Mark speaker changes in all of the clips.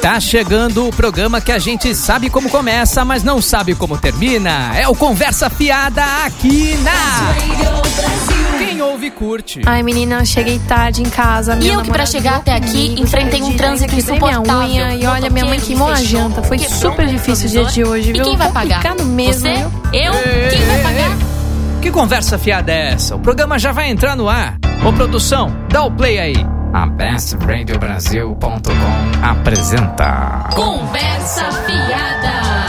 Speaker 1: Tá chegando o programa que a gente sabe como começa, mas não sabe como termina. É o Conversa Fiada aqui na. Quem ouve, curte.
Speaker 2: Ah,
Speaker 3: Ai, menina, cheguei tarde em casa.
Speaker 2: E eu que pra chegar até aqui enfrentei um trânsito insuportável.
Speaker 3: Minha unha, e olha, minha mãe queimou a janta. Foi super difícil o dia de hoje, viu?
Speaker 2: E quem vai pagar?
Speaker 3: Complicado mesmo,
Speaker 2: Você?
Speaker 3: viu?
Speaker 2: Eu? Quem vai pagar?
Speaker 1: Que conversa fiada é essa? O programa já vai entrar no ar. Ô produção, dá o play aí.
Speaker 4: A BestRadioBrasil.com apresenta.
Speaker 2: Conversa fiada.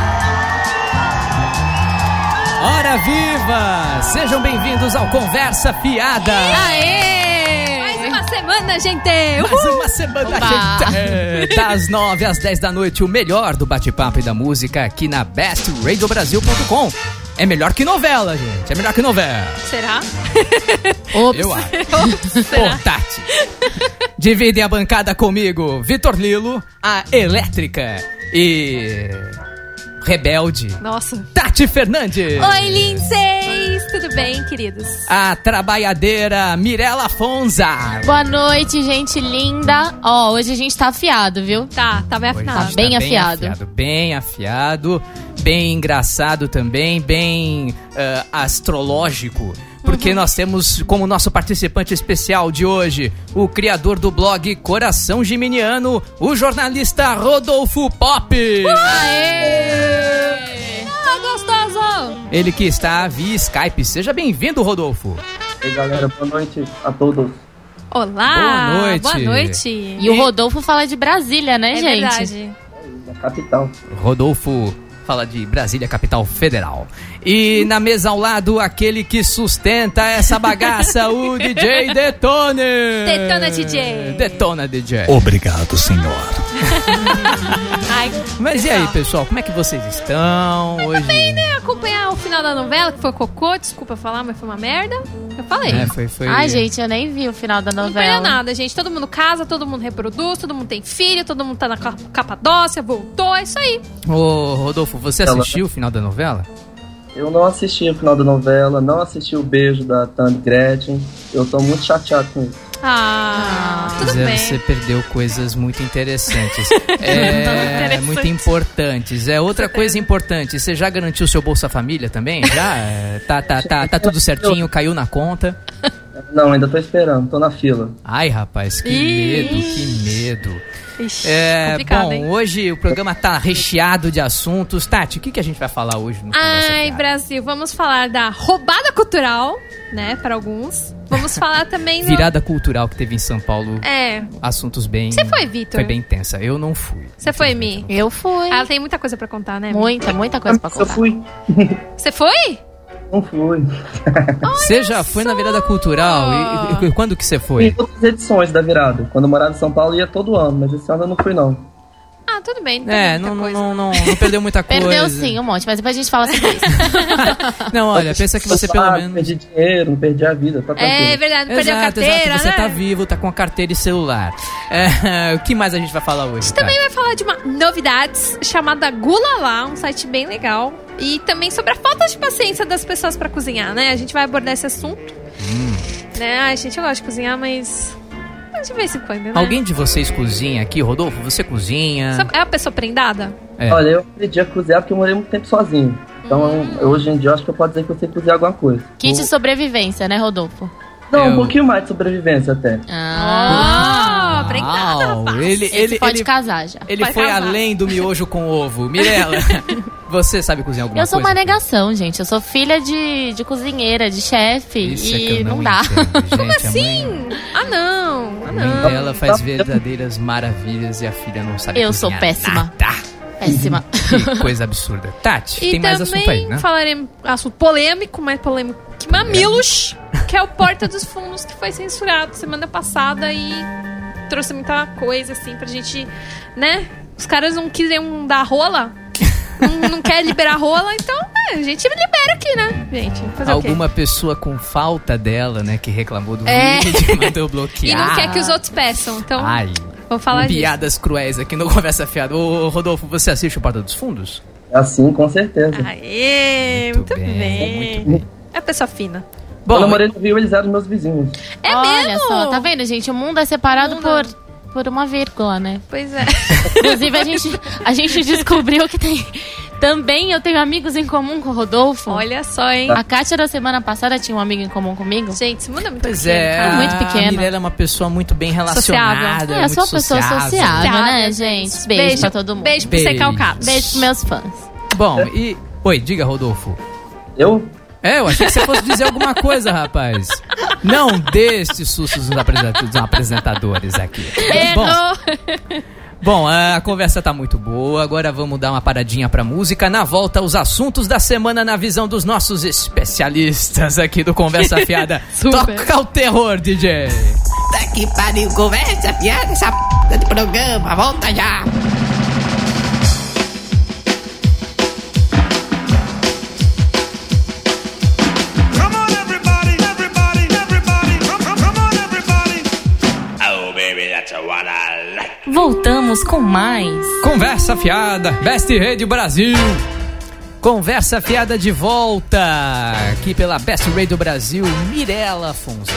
Speaker 1: Hora viva! Sejam bem-vindos ao Conversa Fiada.
Speaker 3: Aê!
Speaker 2: Mais uma semana, gente.
Speaker 1: Mais uma semana
Speaker 2: Oba!
Speaker 1: gente. É, Das 9 às 10 da noite, o melhor do bate-papo e da música aqui na bestradiobrasil.com. É melhor que novela, gente. É melhor que novela.
Speaker 2: Será?
Speaker 3: Ops.
Speaker 1: Eu acho. Pô, Tati. Dividem a bancada comigo, Vitor Lilo, a Elétrica e. Rebelde.
Speaker 3: Nossa.
Speaker 1: Tati Fernandes.
Speaker 2: Oi, Lindsay. Tudo bem, queridos?
Speaker 1: A trabalhadeira Mirella Fonza.
Speaker 5: Boa noite, gente linda. Ó, hoje a gente tá afiado, viu?
Speaker 3: Tá, tá bem
Speaker 1: Hoje
Speaker 3: afinado.
Speaker 5: Tá bem afiado.
Speaker 1: Bem afiado, bem engraçado também, bem ah, astrológico. Porque
Speaker 5: Uhum.
Speaker 1: nós temos como nosso participante especial de hoje o criador do blog Coração Geminiano, o jornalista Rodolfo Pop.
Speaker 3: Ah, gostoso!
Speaker 1: Ele que está via Skype. Seja bem-vindo, Rodolfo.
Speaker 6: E aí, galera, boa noite a todos.
Speaker 3: Olá!
Speaker 1: Boa noite.
Speaker 3: Boa noite.
Speaker 5: E o Rodolfo fala de Brasília, né,
Speaker 3: É
Speaker 5: gente?
Speaker 3: verdade.
Speaker 6: Da capital.
Speaker 1: Rodolfo fala de Brasília, capital federal. E na mesa ao lado, aquele que sustenta essa bagaça, o DJ Detone.
Speaker 3: Detona, DJ.
Speaker 1: Detona, DJ.
Speaker 7: Obrigado, senhor.
Speaker 3: Ai,
Speaker 1: Mas e aí, pessoal, como é que vocês estão hoje?
Speaker 5: né?
Speaker 3: quer acompanhar o final da novela, que foi cocô, desculpa falar, mas foi uma merda. Eu falei.
Speaker 1: É, foi, foi...
Speaker 5: Ai, gente, eu nem vi o final da
Speaker 3: Não perdeu
Speaker 5: novela.
Speaker 3: nada, gente. Todo mundo casa, todo mundo reproduz, todo mundo tem filho, todo mundo tá na Ca- Capadócia, voltou, é isso aí.
Speaker 1: Ô, Rodolfo, você
Speaker 6: Ela-
Speaker 1: assistiu o final da novela?
Speaker 6: Eu não assisti o final da novela, não assisti o beijo da Tandy Gretchen. Eu tô muito chateado com isso.
Speaker 3: Ah, tudo
Speaker 1: Zé,
Speaker 3: bem.
Speaker 1: Você perdeu coisas muito interessantes. é, muito importantes. É outra coisa importante. Você já garantiu seu Bolsa Família também? Já? É, Tá, tá, tá, tá tudo certinho, caiu na conta.
Speaker 6: Não, ainda tô esperando, tô na fila.
Speaker 1: Ai, rapaz, que
Speaker 3: Ih.
Speaker 1: medo, que medo.
Speaker 3: Ixi,
Speaker 1: É,
Speaker 3: complicado,
Speaker 1: bom,
Speaker 3: hein?
Speaker 1: hoje o programa tá recheado de assuntos. Tati, o que, que a gente vai falar hoje no Conversa
Speaker 3: Ai,
Speaker 1: Fiada?
Speaker 3: Brasil, vamos falar da roubada cultural, né, pra alguns. Vamos falar também do...
Speaker 1: Virada cultural que teve em São Paulo,
Speaker 3: É,
Speaker 1: assuntos bem.
Speaker 3: Você foi, Vitor?
Speaker 1: Foi bem tensa. Eu não fui.
Speaker 3: você foi, Mi?
Speaker 5: Eu fui.
Speaker 3: Ela tem muita coisa pra contar, né? Mi?
Speaker 5: Muita, muita coisa pra
Speaker 6: eu
Speaker 5: contar.
Speaker 6: fui.
Speaker 3: Você foi?
Speaker 6: Não fui.
Speaker 1: Você já foi na virada cultural? E, e- e quando que você foi?
Speaker 6: Em todas as edições da virada. Quando eu morava em São Paulo ia todo ano, mas esse ano eu não fui, não.
Speaker 3: Ah, tudo bem. Não tem
Speaker 1: É,
Speaker 3: muita
Speaker 1: não, não,
Speaker 3: coisa.
Speaker 1: não, não, não perdeu muita coisa.
Speaker 5: Perdeu sim um monte, mas depois a gente fala sobre isso.
Speaker 1: Não, olha, pensa que
Speaker 6: Eu
Speaker 1: você
Speaker 6: tô
Speaker 1: pelo
Speaker 6: lá,
Speaker 1: menos.
Speaker 6: Ah, Perdi dinheiro, não perdi a vida, tá tranquilo.
Speaker 3: É verdade, não perdeu a
Speaker 1: Exato,
Speaker 3: carteira,
Speaker 1: exato. Você
Speaker 3: né?
Speaker 1: tá vivo, tá com a carteira e celular. É, o que mais a gente vai falar hoje? Tati?
Speaker 3: também vai falar de uma novidades chamada Gulalá, um site bem legal. E também sobre a falta de paciência das pessoas pra cozinhar, né? A gente vai abordar esse assunto.
Speaker 1: Hum.
Speaker 3: Né? Ai, gente, eu gosto de cozinhar, mas. mas De vez em quando, né?
Speaker 1: Alguém de vocês cozinha aqui, Rodolfo? Você cozinha?
Speaker 3: Sabe- É uma pessoa prendada?
Speaker 1: É.
Speaker 6: Olha, eu aprendi a cozinhar porque eu morei muito tempo sozinho. Então, eu- hoje em dia, eu acho que eu posso dizer que eu sei cozinhar alguma coisa.
Speaker 5: Kit de sobrevivência, né, Rodolfo?
Speaker 6: Não,
Speaker 1: É, Eu-
Speaker 6: um pouquinho mais de sobrevivência até.
Speaker 3: Ah,
Speaker 1: Uau,
Speaker 3: obrigada, rapaz.
Speaker 1: Ele,
Speaker 5: Esse
Speaker 1: ele,
Speaker 5: pode
Speaker 1: ele,
Speaker 5: casar já.
Speaker 1: ele
Speaker 3: Vai
Speaker 1: foi
Speaker 3: casar.
Speaker 1: além do miojo com ovo. Mirella, você sabe cozinhar alguma coisa?
Speaker 5: Eu sou uma negação, gente. Eu sou filha de, de cozinheira, de chefe.
Speaker 1: Isso é que
Speaker 5: E
Speaker 1: eu
Speaker 5: não, dá.
Speaker 1: entendo, gente. A mãe-
Speaker 3: Sim! Ah, não! Ah,
Speaker 1: A
Speaker 3: não!
Speaker 1: mãe dela faz verdadeiras maravilhas e a filha não sabe
Speaker 5: Eu sou
Speaker 1: cozinhar
Speaker 5: péssima.
Speaker 1: nada.
Speaker 5: Péssima.
Speaker 1: Que coisa absurda. Tati,
Speaker 3: E
Speaker 1: tem mais assunto aí, né?
Speaker 3: falaremos assunto polêmico, mais polêmico que Mamilos, que é o Porta dos Fundos, que foi censurado semana passada e trouxe muita coisa, assim, pra gente, né? Os caras não quiserem dar rola, não, não quer liberar rola, então é, a gente libera aqui, né, gente? Fazer o quê?
Speaker 1: Alguma pessoa com falta dela, né, que reclamou do
Speaker 3: É.
Speaker 1: vídeo, mandou
Speaker 3: E
Speaker 1: bloquear.
Speaker 3: não quer que os outros peçam, então
Speaker 1: Ai,
Speaker 3: vou falar disso.
Speaker 1: piadas cruéis aqui no Conversa Fiada. Ô, Rodolfo, você assiste o Porta dos Fundos?
Speaker 6: Assim, com certeza.
Speaker 3: Aê, muito,
Speaker 1: Muito bem,
Speaker 3: bem.
Speaker 1: muito bem.
Speaker 3: É pessoa fina.
Speaker 6: Quando eu morei no Rio, eles eram meus vizinhos.
Speaker 3: É
Speaker 5: Olha
Speaker 3: mesmo?
Speaker 5: só, tá vendo, gente? O mundo é separado
Speaker 3: Mundo.
Speaker 5: por por uma vírgula, né?
Speaker 3: Pois é.
Speaker 5: Inclusive, a gente, a gente descobriu que tem. Também eu tenho amigos em comum com o Rodolfo.
Speaker 3: Olha só, hein?
Speaker 5: A Kátia da semana passada tinha um amigo em comum comigo.
Speaker 3: Gente, isso muda Ah, muito.
Speaker 1: Pois
Speaker 3: pequeno,
Speaker 1: é,
Speaker 5: É
Speaker 3: cara.
Speaker 5: muito
Speaker 1: a
Speaker 5: pequena.
Speaker 1: Mirella é uma pessoa muito bem relacionada.
Speaker 5: É, eu sou uma
Speaker 1: Ah, muito
Speaker 5: pessoa sociável, né, gente? Beijo, pra todo mundo.
Speaker 3: Beijo pro
Speaker 1: Beijo.
Speaker 3: Secalcados.
Speaker 5: Beijo pros meus fãs.
Speaker 1: Bom, e. Oi, diga, Rodolfo.
Speaker 6: Eu?
Speaker 1: É, eu achei que você fosse dizer alguma coisa, rapaz. Não dê esses sustos dos apresen- dos apresentadores aqui. Bom,
Speaker 3: Errou.
Speaker 1: Bom, a conversa tá muito boa. Agora vamos dar uma paradinha pra música. Na volta, os assuntos da semana na visão dos nossos especialistas aqui do Conversa Fiada.
Speaker 3: Super.
Speaker 1: Toca o terror, DJ.
Speaker 7: Puta que pariu, conversa, piada, essa p de programa, volta já!
Speaker 8: Come on, everybody, everybody, everybody, come, come, come on, everybody. Oh, baby, that's what I like.
Speaker 5: Voltamos com mais.
Speaker 1: Conversa Fiada, Best Radio Brasil. Conversa Fiada de volta aqui pela Best Radio Brasil, Mirella Fonzac.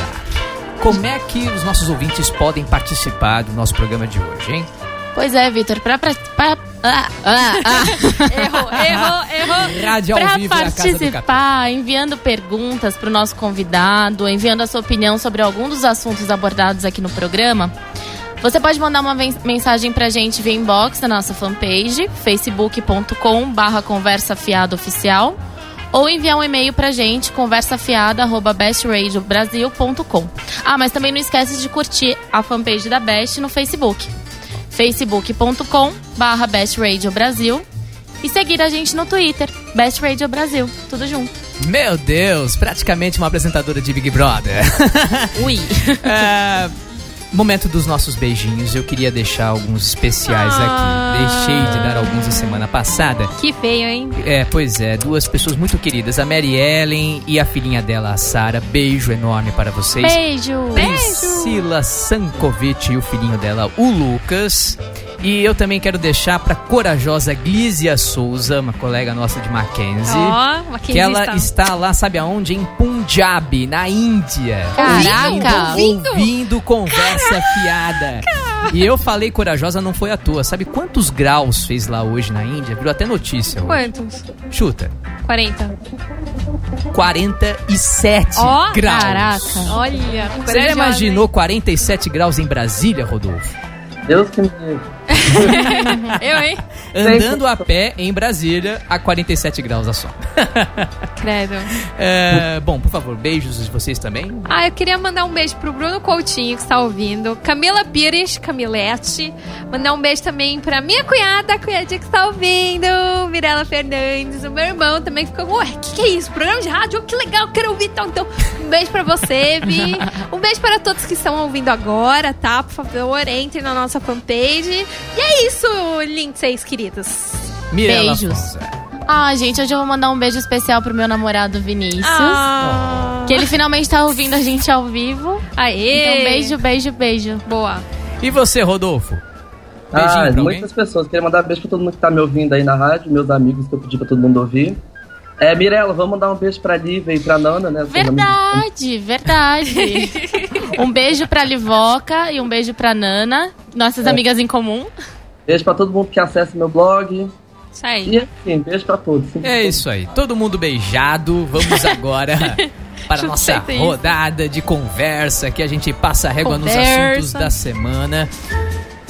Speaker 1: Como é que os nossos ouvintes podem participar do nosso programa de hoje, hein?
Speaker 5: Pois é, Vitor, pra, pra, pra- ah, ah, ah.
Speaker 3: Errou, errou, errou.
Speaker 1: Rádio ao
Speaker 5: Pra
Speaker 1: vivo é a casa do capitão.
Speaker 5: participar, enviando perguntas pro nosso convidado, enviando a sua opinião sobre algum dos assuntos abordados aqui no programa, você pode mandar uma ven- mensagem pra gente via inbox na nossa fanpage, facebook.com barra oficial, ou enviar um e-mail pra gente, conversafiada.bestradiobrasil.com. Ah, mas também não esquece de curtir a fanpage da Best no Facebook, facebook.com barra bestradiobrasil e seguir a gente no Twitter, Best Radio Brasil, tudo junto.
Speaker 1: Meu Deus, praticamente uma apresentadora de Big Brother.
Speaker 5: Ui.
Speaker 1: É, momento dos nossos beijinhos. Eu queria deixar alguns especiais aqui. Deixei de dar alguns a semana passada.
Speaker 3: Ah. Que feio, hein?
Speaker 1: É, pois é, duas pessoas muito queridas, a Mary Ellen e a filhinha dela, a Sara. Beijo enorme para vocês.
Speaker 5: Beijo.
Speaker 1: Priscila Sankovic e o filhinho dela, o Lucas. E eu também quero deixar para corajosa Glízia Souza, uma colega nossa de Mackenzie.
Speaker 3: Ó, uma
Speaker 1: Que ela
Speaker 3: quinzista.
Speaker 1: está lá, sabe aonde? Em Punjab, na Índia.
Speaker 5: Caraca.
Speaker 1: Ouvindo, ouvindo conversa fiada. E eu falei corajosa, não foi à toa. Sabe quantos graus fez lá hoje na Índia? Virou até notícia. hoje.
Speaker 3: Quantos?
Speaker 1: Chuta.
Speaker 3: 40.
Speaker 1: 47
Speaker 3: Ó,
Speaker 1: graus.
Speaker 5: caraca.
Speaker 3: Olha,
Speaker 1: Você já
Speaker 3: corajosa,
Speaker 1: imaginou 47 graus em Brasília, Rodolfo?
Speaker 6: Deus que me livre.
Speaker 3: hein? Eu, hein?
Speaker 1: Andando a pé em Brasília a 47 graus a sol.
Speaker 3: Credo.
Speaker 1: É, bom, por favor, beijos de vocês também.
Speaker 3: Ah, eu queria mandar um beijo pro Bruno Coutinho, que está ouvindo. Camila Pires, Camilete. Mandar um beijo também pra minha cunhada, a cunhadinha que está ouvindo. Mirella Fernandes, o meu irmão também que ficou. Ué, o que, que é isso? Programa de rádio? Que legal, quero ouvir então. Então, um beijo pra você, Vi. Um beijo para todos que estão ouvindo agora, tá? Por favor, entrem na nossa fanpage. E é isso, lindos queridos.
Speaker 1: Mirella
Speaker 5: Beijos.
Speaker 1: Fonza.
Speaker 5: Ah, gente, hoje eu vou mandar um beijo especial pro meu namorado Vinícius.
Speaker 3: Ah,
Speaker 5: Que ele finalmente tá ouvindo a gente ao vivo.
Speaker 3: Aê!
Speaker 5: Então, beijo, beijo, beijo.
Speaker 3: Boa.
Speaker 1: E você, Rodolfo? Beijinho
Speaker 6: Ah,
Speaker 1: pra alguém?
Speaker 6: muitas pessoas. Queria mandar um beijo pra todo mundo que tá me ouvindo aí na rádio, meus amigos que eu pedi pra todo mundo ouvir. É, Mirella, vamos mandar um beijo pra Lívia e pra Nana, né? São amigas-
Speaker 5: Verdade, verdade. um beijo pra Livoca e um beijo pra Nana, nossas amigas em comum.
Speaker 6: Beijo pra todo mundo que acessa meu blog.
Speaker 3: Isso aí.
Speaker 6: E assim, beijo pra todos.
Speaker 1: É isso aí. Todo mundo beijado. Vamos agora para a nossa
Speaker 3: Aceita isso.
Speaker 1: rodada de conversa que a gente passa a régua nos
Speaker 3: Conversa.
Speaker 1: assuntos da semana.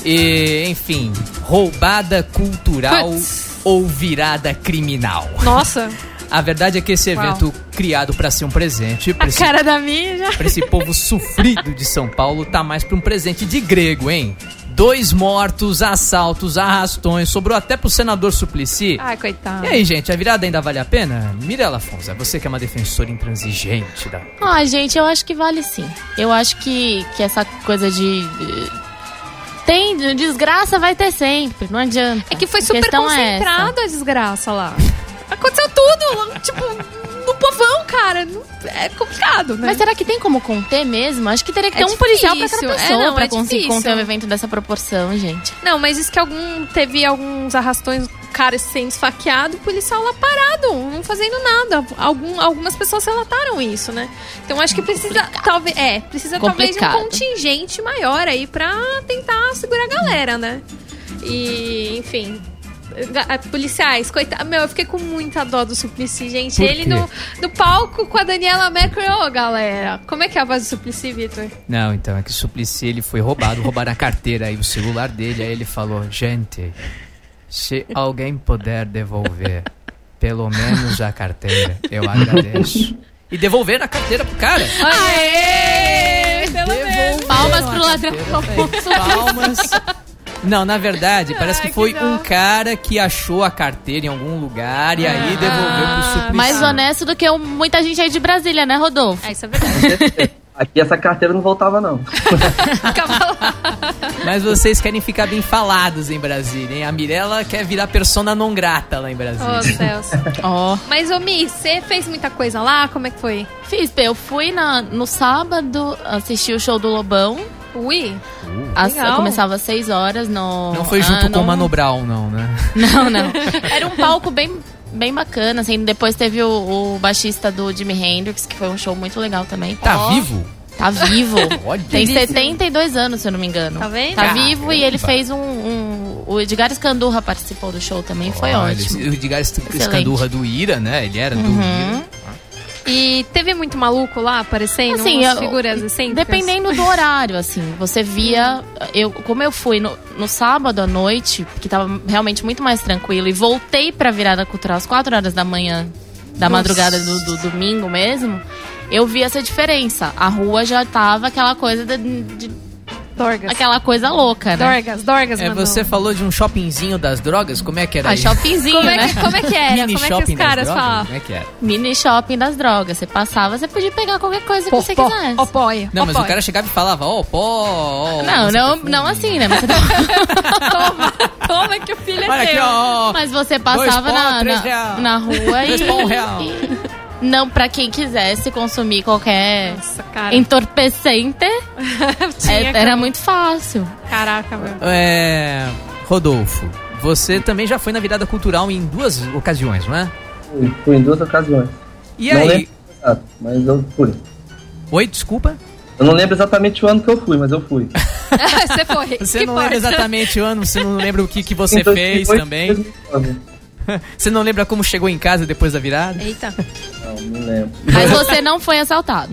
Speaker 1: E, enfim, roubada cultural
Speaker 3: Putz.
Speaker 1: ou virada criminal.
Speaker 3: Nossa,
Speaker 1: A verdade é que esse
Speaker 3: Uau.
Speaker 1: evento criado para ser um presente para
Speaker 3: a
Speaker 1: esse,
Speaker 3: cara da minha já.
Speaker 1: pra esse povo sofrido de São Paulo tá mais para um presente de grego, hein? Dois mortos, assaltos, arrastões, sobrou até pro senador Suplicy.
Speaker 3: Ai, coitado.
Speaker 1: E aí, gente, a virada ainda vale a pena? Mirella Afonso, você que é uma defensora intransigente da.
Speaker 5: Ah, gente, eu acho que vale sim. Eu acho que, que essa coisa de. eh, Tem, desgraça vai ter sempre, não adianta.
Speaker 3: É que foi
Speaker 5: A
Speaker 3: super
Speaker 5: questão é essa.
Speaker 3: concentrado a desgraça lá. Aconteceu tudo, tipo, no povão, cara. Não- É complicado, né?
Speaker 5: Mas será que tem como conter mesmo? Acho que teria que
Speaker 3: É
Speaker 5: ter um policial pra cada
Speaker 3: difícil. É,
Speaker 5: pessoa
Speaker 3: não,
Speaker 5: pra
Speaker 3: é
Speaker 5: conseguir
Speaker 3: difícil.
Speaker 5: conter um evento dessa proporção, gente.
Speaker 3: Não, mas diz que algum teve alguns arrastões cara sendo esfaqueado, o policial lá parado, não fazendo nada. Algum, algumas pessoas relataram isso, né? Então acho que precisa, talvez, é, precisa talvez
Speaker 5: Complicado.
Speaker 3: de um contingente maior aí pra tentar segurar a galera, né? E, enfim. ga- ah, Policiais, coitado. Meu, eu fiquei com muita dó do Suplicy, gente.
Speaker 1: Por
Speaker 3: Ele
Speaker 1: quê?
Speaker 3: no, no palco com a Daniela Mercury, ô galera. Como é que é a voz do Suplicy, Vitor?
Speaker 1: Não, então, é que o Suplicy ele foi roubado, roubaram a carteira aí o celular dele, aí ele falou, gente, se alguém puder devolver pelo menos a carteira, eu agradeço. E devolveram a carteira pro cara.
Speaker 3: Aê! Pelo menos.
Speaker 5: Palmas pro ladrão.
Speaker 1: um Palmas. Não, na verdade, parece que
Speaker 3: Ai,
Speaker 1: foi
Speaker 3: que dó.
Speaker 1: um cara que achou a carteira em algum lugar e
Speaker 3: Ah.
Speaker 1: aí devolveu pro Suplicy.
Speaker 5: É Mais honesto do que o- muita gente aí de Brasília, né, Rodolfo?
Speaker 3: É, isso é verdade.
Speaker 6: Aqui essa carteira não voltava, não.
Speaker 3: Acabou lá.
Speaker 1: Mas vocês querem ficar bem falados em Brasília, hein? A Mirella quer virar persona não grata lá em Brasília.
Speaker 3: Ô, Celso.
Speaker 5: É. Ó.
Speaker 3: Oh, Mas, ô, Mi, você fez muita coisa lá? Como é que foi?
Speaker 5: Fiz, eu fui na, no sábado assistir o show do Lobão.
Speaker 3: Ui,
Speaker 5: As-
Speaker 3: Legal.
Speaker 5: eu começava às 6 horas no.
Speaker 1: Não foi junto
Speaker 5: Ah,
Speaker 1: com o
Speaker 5: não-
Speaker 1: Mano Brown, não, né?
Speaker 5: Não, não. Era um palco bem, bem bacana, assim. Depois teve o, o baixista do Jimi Hendrix, que foi um show muito legal também.
Speaker 1: Tá
Speaker 5: Ó,
Speaker 1: vivo?
Speaker 5: Tá vivo.
Speaker 1: Olha.
Speaker 5: Tem 72 anos, se eu não me engano.
Speaker 3: Tá vendo?
Speaker 5: Tá
Speaker 1: Caramba.
Speaker 5: vivo e ele fez um. um- o Edgar Escandurra participou do show também, foi
Speaker 1: Olha,
Speaker 5: ótimo. Uhum.
Speaker 1: esse- O Edgar Esc- Escandurra do Ira, né? Ele era do Ira.
Speaker 3: E teve muito maluco lá aparecendo?
Speaker 5: Assim,
Speaker 3: umas
Speaker 5: eu-
Speaker 3: figuras assim?
Speaker 5: Dependendo do horário, assim, você via. Eu, como eu fui no, no sábado à noite, que tava realmente muito mais tranquilo, e voltei pra virada cultural às 4 horas da manhã, da madrugada do, do domingo mesmo, eu vi essa diferença. A rua já tava aquela coisa de- de-
Speaker 3: Dorgas.
Speaker 5: aquela coisa louca, né?
Speaker 3: Dorgas, Dorgas,
Speaker 1: É,
Speaker 3: mandou.
Speaker 1: você falou de um shoppingzinho das drogas? Como é que era
Speaker 5: A
Speaker 1: isso?
Speaker 5: shoppingzinho,
Speaker 3: Como é,
Speaker 5: né?
Speaker 3: que, como é que era?
Speaker 1: Mini
Speaker 3: como é que
Speaker 1: shopping
Speaker 3: os caras
Speaker 1: das drogas?
Speaker 3: falavam?
Speaker 1: Como é que era?
Speaker 5: Mini shopping das drogas. Você passava, você podia pegar qualquer coisa que você
Speaker 3: Pó,
Speaker 5: quisesse.
Speaker 3: ó, Apoia.
Speaker 1: Não, mas o
Speaker 3: apoia.
Speaker 1: cara chegava e falava, ó, pó, ó,
Speaker 5: Não,
Speaker 1: você
Speaker 5: não,
Speaker 1: perfume.
Speaker 5: não assim, né? Mas você
Speaker 3: Toma que o filho é
Speaker 1: Olha aqui,
Speaker 3: teu.
Speaker 1: ó, ó.
Speaker 5: Mas você passava
Speaker 1: Dois pau,
Speaker 5: na,
Speaker 1: três
Speaker 5: na,
Speaker 1: real.
Speaker 5: na rua
Speaker 1: Dois
Speaker 5: e,
Speaker 1: pau, um real.
Speaker 5: e- Não, pra quem quisesse consumir qualquer
Speaker 3: Nossa, cara.
Speaker 5: entorpecente, é-
Speaker 3: Tinha
Speaker 5: era
Speaker 3: cara-
Speaker 5: muito fácil.
Speaker 3: Caraca, meu.
Speaker 1: É, Rodolfo, você também já foi na virada cultural em duas ocasiões, não é?
Speaker 6: Fui, fui em duas ocasiões.
Speaker 1: E
Speaker 6: não né?
Speaker 1: aí?
Speaker 6: lembro exato, mas eu fui.
Speaker 1: Oi, desculpa?
Speaker 6: Eu não lembro exatamente o ano que eu fui, mas eu fui.
Speaker 3: você foi.
Speaker 1: Você
Speaker 3: que
Speaker 1: não lembra
Speaker 3: porta.
Speaker 1: exatamente o ano, você não lembra o que, que você
Speaker 6: Em 2008,
Speaker 1: fez também.
Speaker 6: 2009.
Speaker 1: Você não lembra como chegou em casa depois da virada?
Speaker 3: Eita.
Speaker 6: Não, não lembro.
Speaker 5: Mas você não foi assaltado.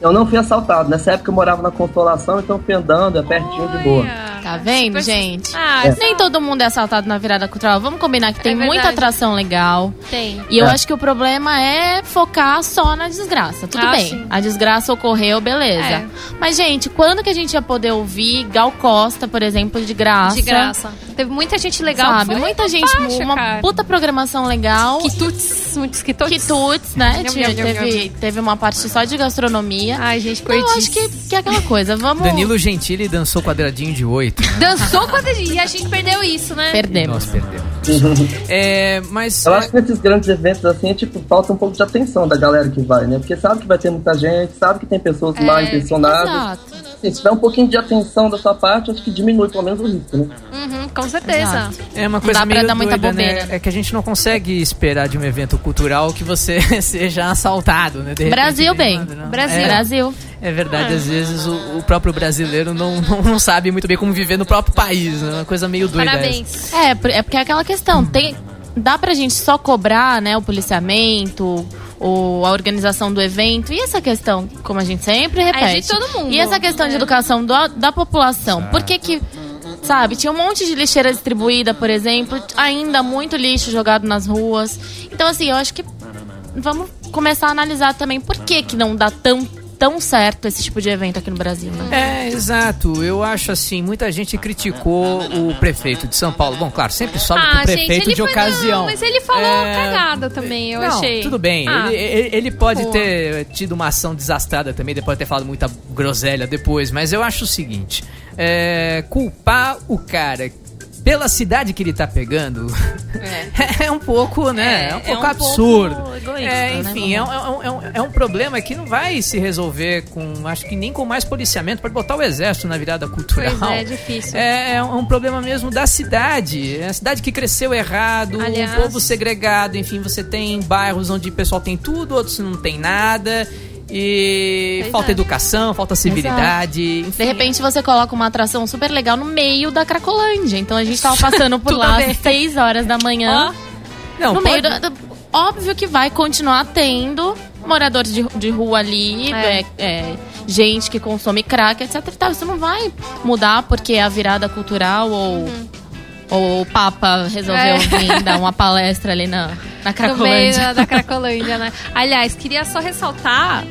Speaker 6: Eu não fui assaltado. Nessa época eu morava na Consolação, então eu fui andando, é pertinho de boa.
Speaker 3: Olha.
Speaker 5: Tá vendo,
Speaker 3: Super-
Speaker 5: gente?
Speaker 3: Ah,
Speaker 6: É.
Speaker 3: essa-
Speaker 5: Nem todo mundo é assaltado na virada cultural. Vamos combinar que tem
Speaker 3: É
Speaker 5: muita
Speaker 3: verdade.
Speaker 5: atração legal.
Speaker 3: tem.
Speaker 5: E eu
Speaker 6: É.
Speaker 5: acho que o problema é focar só na desgraça. Tudo
Speaker 3: Ah,
Speaker 5: bem,
Speaker 3: sim.
Speaker 5: a desgraça ocorreu, beleza.
Speaker 3: É.
Speaker 5: Mas, gente, quando que a gente ia poder ouvir Gal Costa, por exemplo, de graça?
Speaker 3: De graça. Teve muita gente legal.
Speaker 5: Sabe?
Speaker 3: foi É
Speaker 5: Muita gente,
Speaker 3: faixa,
Speaker 5: uma
Speaker 3: cara.
Speaker 5: puta programação legal.
Speaker 3: Quitutes, muitos quitutes.
Speaker 5: Quitutes, né?
Speaker 3: Nham,
Speaker 5: Tinha-
Speaker 3: nham, Ah, nham,
Speaker 5: teve, teve uma parte só de gastronomia.
Speaker 3: Ai, gente,
Speaker 5: Então,
Speaker 3: perdi.
Speaker 5: eu acho que, que é aquela coisa. Vamos.
Speaker 1: Danilo Gentili dançou quadradinho de oito.
Speaker 3: Dançou com a gente e a gente perdeu isso, né?
Speaker 5: Perdemos.
Speaker 1: Nós perdemos. É, mas.
Speaker 6: Eu acho que nesses grandes eventos, assim, é, tipo, falta um pouco de atenção da galera que vai, né? Porque sabe que vai ter muita gente, sabe que tem pessoas mal intencionadas.
Speaker 5: Exato.
Speaker 6: Assim, se tiver um pouquinho de atenção da sua parte, acho que diminui pelo menos o risco, né?
Speaker 3: Uhum, com certeza.
Speaker 5: Exato.
Speaker 1: É uma
Speaker 5: Não
Speaker 1: coisa
Speaker 5: dá pra
Speaker 1: meio
Speaker 5: dar muita
Speaker 1: doida, né?
Speaker 5: bobeira, né?
Speaker 1: É que a gente não consegue esperar de um evento cultural que você seja assaltado, né? De repente,
Speaker 5: Brasil,
Speaker 1: vem
Speaker 5: bem.
Speaker 1: uma- não.
Speaker 5: Brasil. Ah.
Speaker 1: É,
Speaker 5: Brasil.
Speaker 1: é verdade, às vezes o, o próprio brasileiro não, não, não sabe muito bem como viver no próprio país, né? Uma coisa meio doida. essa.
Speaker 3: Parabéns.
Speaker 5: É, por- é porque é aquela questão, tem, dá pra gente só cobrar, né, o policiamento, o, a organização do evento, e essa questão, como a gente sempre repete.
Speaker 3: É de todo mundo. né?
Speaker 5: E essa questão de educação do- da população, por que que, sabe, tinha um monte de lixeira distribuída, por exemplo, ainda muito lixo jogado nas ruas, então assim, eu acho que vamos começar a analisar também por que que não dá tão, tão certo esse tipo de evento aqui no Brasil, né?
Speaker 1: É, exato. Eu acho assim, muita gente criticou o prefeito de São Paulo. Bom, claro, sempre sobe
Speaker 5: Ah,
Speaker 1: pro prefeito de
Speaker 3: Ah, foi-
Speaker 1: ocasião.
Speaker 3: Não, mas ele falou
Speaker 1: É,
Speaker 3: cagada também, eu
Speaker 1: Não,
Speaker 3: achei.
Speaker 1: Tudo bem,
Speaker 3: Ah,
Speaker 1: ele, ele- ele pode
Speaker 3: Pô.
Speaker 1: ter tido uma ação desastrada também, depois ter falado muita groselha depois, mas eu acho o seguinte: é, culpar o cara pela cidade que ele tá pegando, é, um pouco, né? É, um pouco absurdo.
Speaker 5: pouco egoísta,
Speaker 1: É,
Speaker 5: né,
Speaker 1: enfim, é um, é um- é um- é um problema que não vai se resolver com, acho que nem com mais policiamento. Pode botar o exército na virada cultural.
Speaker 3: Pois é, difícil.
Speaker 1: É, é um um problema mesmo da cidade. É a cidade que cresceu errado,
Speaker 3: Aliás-
Speaker 1: um povo segregado. Enfim, você tem bairros onde o pessoal tem tudo, outros não tem nada. E
Speaker 3: Pois
Speaker 1: falta
Speaker 3: é.
Speaker 1: educação, falta civilidade. enfim.
Speaker 5: De repente você coloca uma atração super legal no meio da Cracolândia. Então a gente tava passando por
Speaker 1: Tudo
Speaker 5: lá
Speaker 1: bem.
Speaker 5: às 6 horas da manhã.
Speaker 1: não,
Speaker 5: no
Speaker 1: pode-
Speaker 5: meio da, da- Óbvio que vai continuar tendo moradores de, de rua ali,
Speaker 3: É.
Speaker 5: é, é, gente que consome crack, etc. e tal. Isso não vai mudar porque a virada cultural ou. ou o Papa resolveu
Speaker 3: Uhum. É.
Speaker 5: vir dar uma palestra ali na, na
Speaker 3: No meio
Speaker 5: Cracolândia.
Speaker 3: da, da Cracolândia, né? Aliás, queria só ressaltar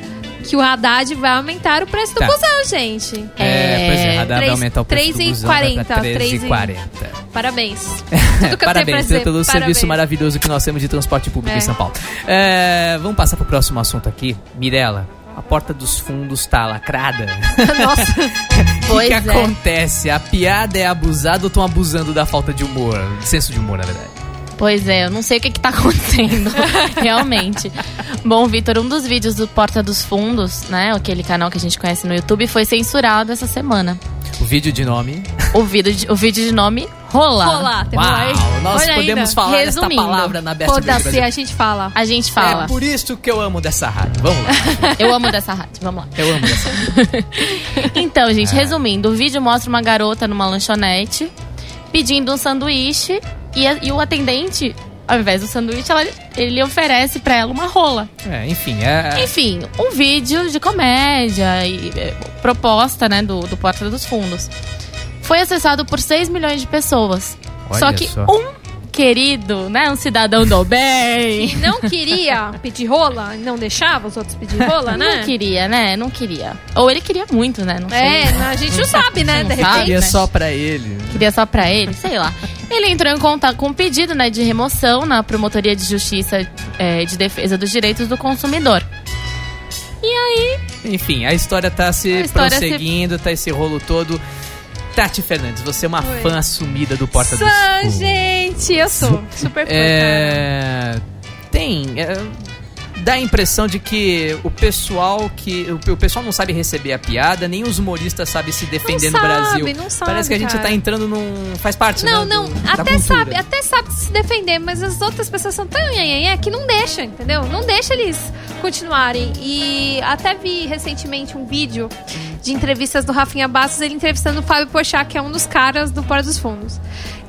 Speaker 3: que o Haddad vai aumentar o preço do
Speaker 1: Tá.
Speaker 3: busão, gente.
Speaker 1: É, pois é, radar vai
Speaker 3: três-
Speaker 1: aumentar o preço do
Speaker 3: 3,40,
Speaker 1: busão, tá? vai pra
Speaker 3: 3,40.
Speaker 1: 3,40.
Speaker 3: Parabéns. Tudo que eu tenho pra
Speaker 1: Parabéns
Speaker 3: dizer.
Speaker 1: pelo
Speaker 3: Parabéns.
Speaker 1: serviço maravilhoso que nós temos de transporte público
Speaker 3: É.
Speaker 1: em São Paulo. É, vamos passar pro próximo assunto aqui. Mirella, a porta dos fundos tá lacrada. O que,
Speaker 5: Pois
Speaker 1: que
Speaker 5: é.
Speaker 1: acontece? A piada é abusada ou estão abusando da falta de humor? De senso de humor, na verdade.
Speaker 5: Pois é, eu não sei o que, que tá acontecendo, realmente. Bom, Vitor, um dos vídeos do Porta dos Fundos, né? Aquele canal que a gente conhece no YouTube, foi censurado essa semana.
Speaker 1: O vídeo de nome.
Speaker 5: O vídeo de, o vídeo de nome Rolar.
Speaker 3: Olá, temos aí.
Speaker 1: Uau, nós
Speaker 3: Olha
Speaker 1: podemos
Speaker 3: ainda.
Speaker 1: falar essa
Speaker 5: Resumindo,
Speaker 1: palavra na Best Break
Speaker 3: Foda-se,
Speaker 1: Brasil.
Speaker 3: a gente fala.
Speaker 5: A gente
Speaker 1: É
Speaker 5: fala.
Speaker 1: por isso que eu amo dessa rádio. Vamos lá.
Speaker 5: Eu amo dessa rádio, vamos lá.
Speaker 1: Eu amo dessa rádio.
Speaker 5: Então, gente, resumindo, o vídeo mostra uma garota numa lanchonete pedindo um sanduíche e, a- e o atendente, ao invés do sanduíche, ela- ele oferece pra ela uma rola.
Speaker 1: É, enfim, é.
Speaker 5: Enfim, um vídeo de comédia e é, proposta, né, do, do Porta dos Fundos. Foi acessado por 6 milhões de pessoas.
Speaker 1: Olha
Speaker 5: só que
Speaker 1: só.
Speaker 5: um querido, né, um cidadão do bem,
Speaker 3: Não queria pedir rola, não deixava os outros pedir rola, né?
Speaker 5: não queria, né, não queria. Ou ele queria muito, né, não sei.
Speaker 3: É, não, a gente não sabe, né? De
Speaker 5: sabe.
Speaker 3: repente.
Speaker 1: Seria
Speaker 5: né?
Speaker 1: é só pra ele.
Speaker 5: Queria só pra ele, sei lá. Ele entrou em contato com um pedido né, de remoção na Promotoria de Justiça eh, de Defesa dos Direitos do Consumidor.
Speaker 1: Enfim, a história tá se
Speaker 5: A história se-
Speaker 1: prosseguindo, tá esse rolo todo. Tati Fernandes, você é uma
Speaker 3: Oi.
Speaker 1: fã assumida do Porta dos
Speaker 3: Sou,
Speaker 1: Fundos.
Speaker 3: gente, eu sou. Super fã.
Speaker 1: É, Tem. é, Dá a impressão de que o pessoal que. O, o pessoal não sabe receber a piada, nem os humoristas sabem se defender
Speaker 3: Não
Speaker 1: no
Speaker 3: sabe,
Speaker 1: Brasil.
Speaker 3: não sabe,
Speaker 1: Parece que a gente
Speaker 3: cara.
Speaker 1: tá entrando num. faz parte,
Speaker 3: Não,
Speaker 1: né,
Speaker 3: não,
Speaker 1: do- da
Speaker 3: até
Speaker 1: cultura.
Speaker 3: sabe, até sabe se defender, mas as outras pessoas são tão nhanhanhé que não deixam, entendeu? Não deixa eles continuarem. E até vi recentemente um vídeo de entrevistas do Rafinha Bastos, ele entrevistando o Fábio Porchat, que é um dos caras do Porta dos Fundos.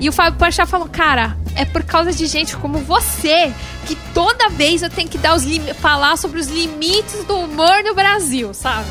Speaker 3: E o Fábio Porchat falou, cara, é por causa de gente como você que toda vez eu tenho que dar os lim- falar sobre os limites do humor no Brasil, sabe?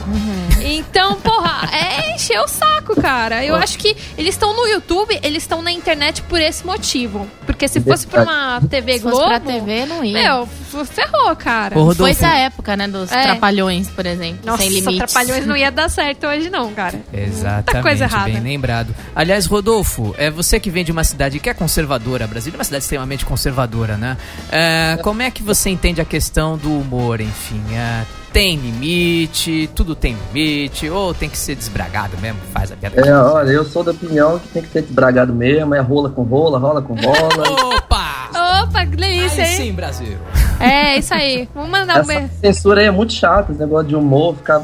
Speaker 3: Então, porra, é encher o saco, cara. Eu acho que eles estão no YouTube, eles estão na internet por esse motivo. Porque se fosse pra uma TV
Speaker 5: Se fosse
Speaker 3: Globo,
Speaker 5: pra TV, não ia.
Speaker 3: meu, f- ferrou, cara.
Speaker 1: Ô,
Speaker 5: Foi
Speaker 1: Rodolfo,
Speaker 5: essa época, né, dos
Speaker 3: É.
Speaker 5: Trapalhões, por exemplo,
Speaker 3: Nossa,
Speaker 5: sem limites.
Speaker 3: Trapalhões não ia dar certo hoje não, cara.
Speaker 1: Exatamente,
Speaker 3: Muita Tá coisa errada.
Speaker 1: bem lembrado. Aliás, Rodolfo, é você que vem de uma cidade que é conservadora. Brasília é uma cidade extremamente conservadora, né? É, como é que você entende a questão do humor, enfim? É, tem limite, tudo tem limite, ou tem que ser desbragado mesmo, faz a piada.
Speaker 6: É, olha, eu sou da opinião que tem que ser desbragado mesmo, é rola com rola, rola com rola.
Speaker 1: Opa!
Speaker 3: Opa, que delícia,
Speaker 1: Aí
Speaker 3: hein?
Speaker 1: sim, Brasil.
Speaker 3: É, isso aí. Vamos mandar um
Speaker 6: Essa
Speaker 3: beijo.
Speaker 6: censura aí é muito chata, esse negócio de humor, ficar.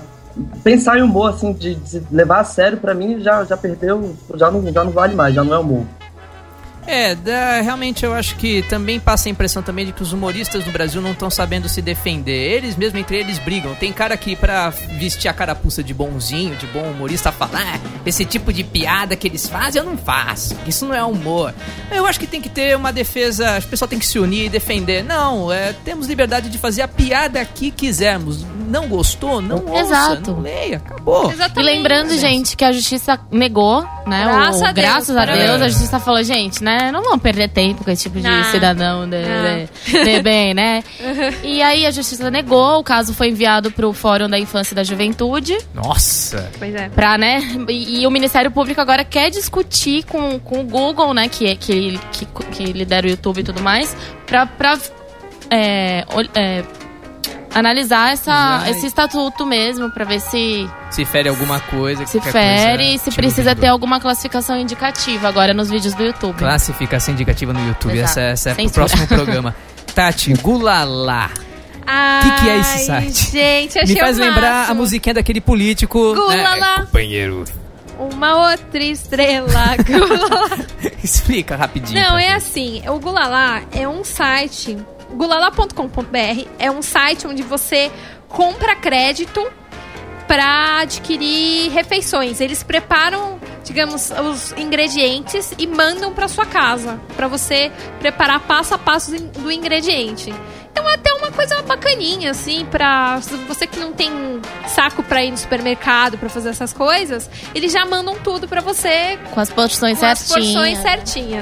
Speaker 6: Pensar em humor, assim, de, de se levar a sério, pra mim já, já perdeu, já não, já não vale mais, já não é humor.
Speaker 1: É, dá- realmente eu acho que também passa a impressão também de que os humoristas do Brasil não estão sabendo se defender. Eles mesmo entre eles brigam. Tem cara que pra vestir a carapuça de bonzinho, de bom humorista, fala "Ah, esse tipo de piada que eles fazem eu não faço. Isso não é humor. Eu acho que tem que ter uma defesa. O pessoal tem que se unir e defender. Não, é, temos liberdade de fazer a piada que quisermos. Não gostou, não ouça,
Speaker 5: Exato.
Speaker 1: não leia, acabou.
Speaker 5: E
Speaker 3: Exatamente.
Speaker 5: lembrando, gente, que a justiça negou, né?
Speaker 3: Graças
Speaker 5: o,
Speaker 3: a Deus,
Speaker 5: graças a
Speaker 3: parabéns.
Speaker 5: Deus, a justiça falou, gente, né? Não vão perder tempo com esse tipo de
Speaker 3: Não.
Speaker 5: cidadão de,
Speaker 3: Não. Uhum.
Speaker 5: de- de bem, né? E aí a justiça negou, o caso foi enviado pro Fórum da Infância e da Juventude,
Speaker 1: Nossa.
Speaker 3: Pois é.
Speaker 5: pra, né? E, e o Ministério Público agora quer discutir com, com o Google, né? Que, é- que, que, que lidera o YouTube e tudo mais, pra. pra é, ol- é, analisar essa, esse estatuto mesmo, pra ver se
Speaker 1: Se fere alguma coisa.
Speaker 5: se
Speaker 1: qualquer
Speaker 5: fere
Speaker 1: coisa,
Speaker 5: e se
Speaker 1: tira o
Speaker 5: precisa
Speaker 1: vídeo.
Speaker 5: ter alguma classificação indicativa agora nos vídeos do YouTube.
Speaker 1: Classificação indicativa no YouTube.
Speaker 5: Exato.
Speaker 1: Essa, essa é pro
Speaker 5: Censura.
Speaker 1: próximo programa. Tati, gulalá. Que que é esse site?
Speaker 3: Gente, achei
Speaker 1: Me faz
Speaker 3: o
Speaker 1: lembrar
Speaker 3: máximo.
Speaker 1: a musiquinha daquele político. né?
Speaker 3: Gulalá.
Speaker 4: Companheiro.
Speaker 3: Uma outra estrela. Gulalá.
Speaker 1: Explica rapidinho. tá?
Speaker 3: Não,
Speaker 1: pra
Speaker 3: é
Speaker 1: gente.
Speaker 3: assim. O Gulalá é um site. Gulalá.com.br é um site onde você compra crédito pra adquirir refeições. Eles preparam, digamos, os ingredientes e mandam pra sua casa, pra você preparar passo a passo do ingrediente. Então é até uma coisa bacaninha assim pra você que não tem saco pra ir no supermercado pra fazer essas coisas, eles já mandam tudo pra você
Speaker 5: Com as porções
Speaker 3: com as porções
Speaker 5: certinhas.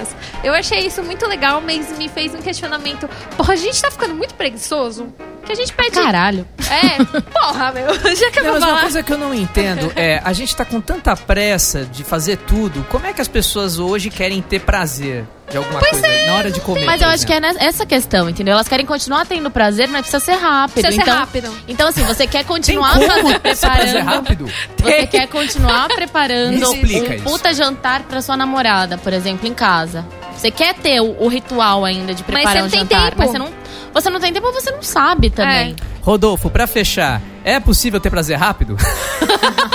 Speaker 3: certinhas. Eu achei isso muito legal, mas me fez um questionamento. Porra, a gente tá ficando muito preguiçoso? Que a gente pede.
Speaker 5: Caralho.
Speaker 3: É, porra, meu. Já que eu
Speaker 1: Não, é
Speaker 3: vou
Speaker 1: mas uma
Speaker 3: falar.
Speaker 1: coisa que eu não entendo é, a gente tá com tanta pressa de fazer tudo, como é que as pessoas hoje querem ter prazer de alguma coisa
Speaker 3: é,
Speaker 1: na hora de comer?
Speaker 5: Mas eu
Speaker 1: por
Speaker 5: acho que é nessa- essa questão, entendeu? Elas querem continuar tendo prazer, mas precisa ser rápido.
Speaker 3: Precisa ser
Speaker 5: então,
Speaker 3: rápido.
Speaker 5: então, assim, você quer
Speaker 1: Tem
Speaker 5: continuar
Speaker 1: como
Speaker 5: fazendo,
Speaker 1: ter esse prazer
Speaker 5: preparando
Speaker 1: rápido?
Speaker 5: Você quer continuar preparando
Speaker 1: Me explica
Speaker 5: um
Speaker 1: isso.
Speaker 5: puta jantar pra sua namorada, por exemplo, em casa. Você quer ter o, o ritual ainda de preparar
Speaker 3: você
Speaker 5: um
Speaker 3: não tem
Speaker 5: jantar,
Speaker 3: tempo. É.
Speaker 5: mas você não, você não tem tempo, você não sabe também.
Speaker 1: Rodolfo, pra fechar, é possível ter prazer rápido?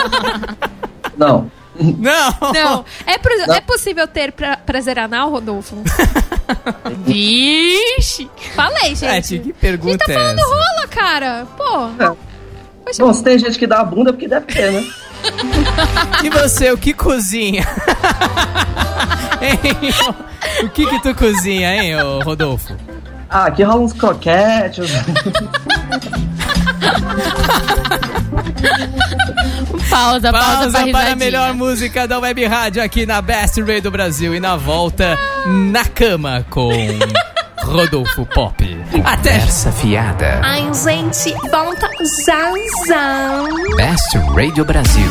Speaker 6: Não.
Speaker 1: Não!
Speaker 3: Não. É, pro- é possível ter pra- prazer anal, Rodolfo?
Speaker 5: Vixe!
Speaker 1: É,
Speaker 3: Falei,
Speaker 1: Tati,
Speaker 3: gente.
Speaker 1: que pergunta
Speaker 3: tá
Speaker 1: é
Speaker 3: falando
Speaker 1: essa?
Speaker 3: rola, cara. Pô. Poxa,
Speaker 6: Bom, se tem gente que dá a bunda, é porque deve ter, né?
Speaker 1: E você, o que cozinha? Hein, ô? o que que tu cozinha, hein, ô Rodolfo?
Speaker 6: Ah, aqui rola uns croquetes.
Speaker 5: Pausa,
Speaker 1: Pausa
Speaker 5: pausa, pra
Speaker 1: para a
Speaker 5: risadinha.
Speaker 1: melhor música da Web Rádio aqui na Best Radio do Brasil e na volta na cama com Rodolfo Pop. Até
Speaker 4: Essa fiada.
Speaker 2: Ai, gente, volta já, já.
Speaker 4: Best Radio Brasil.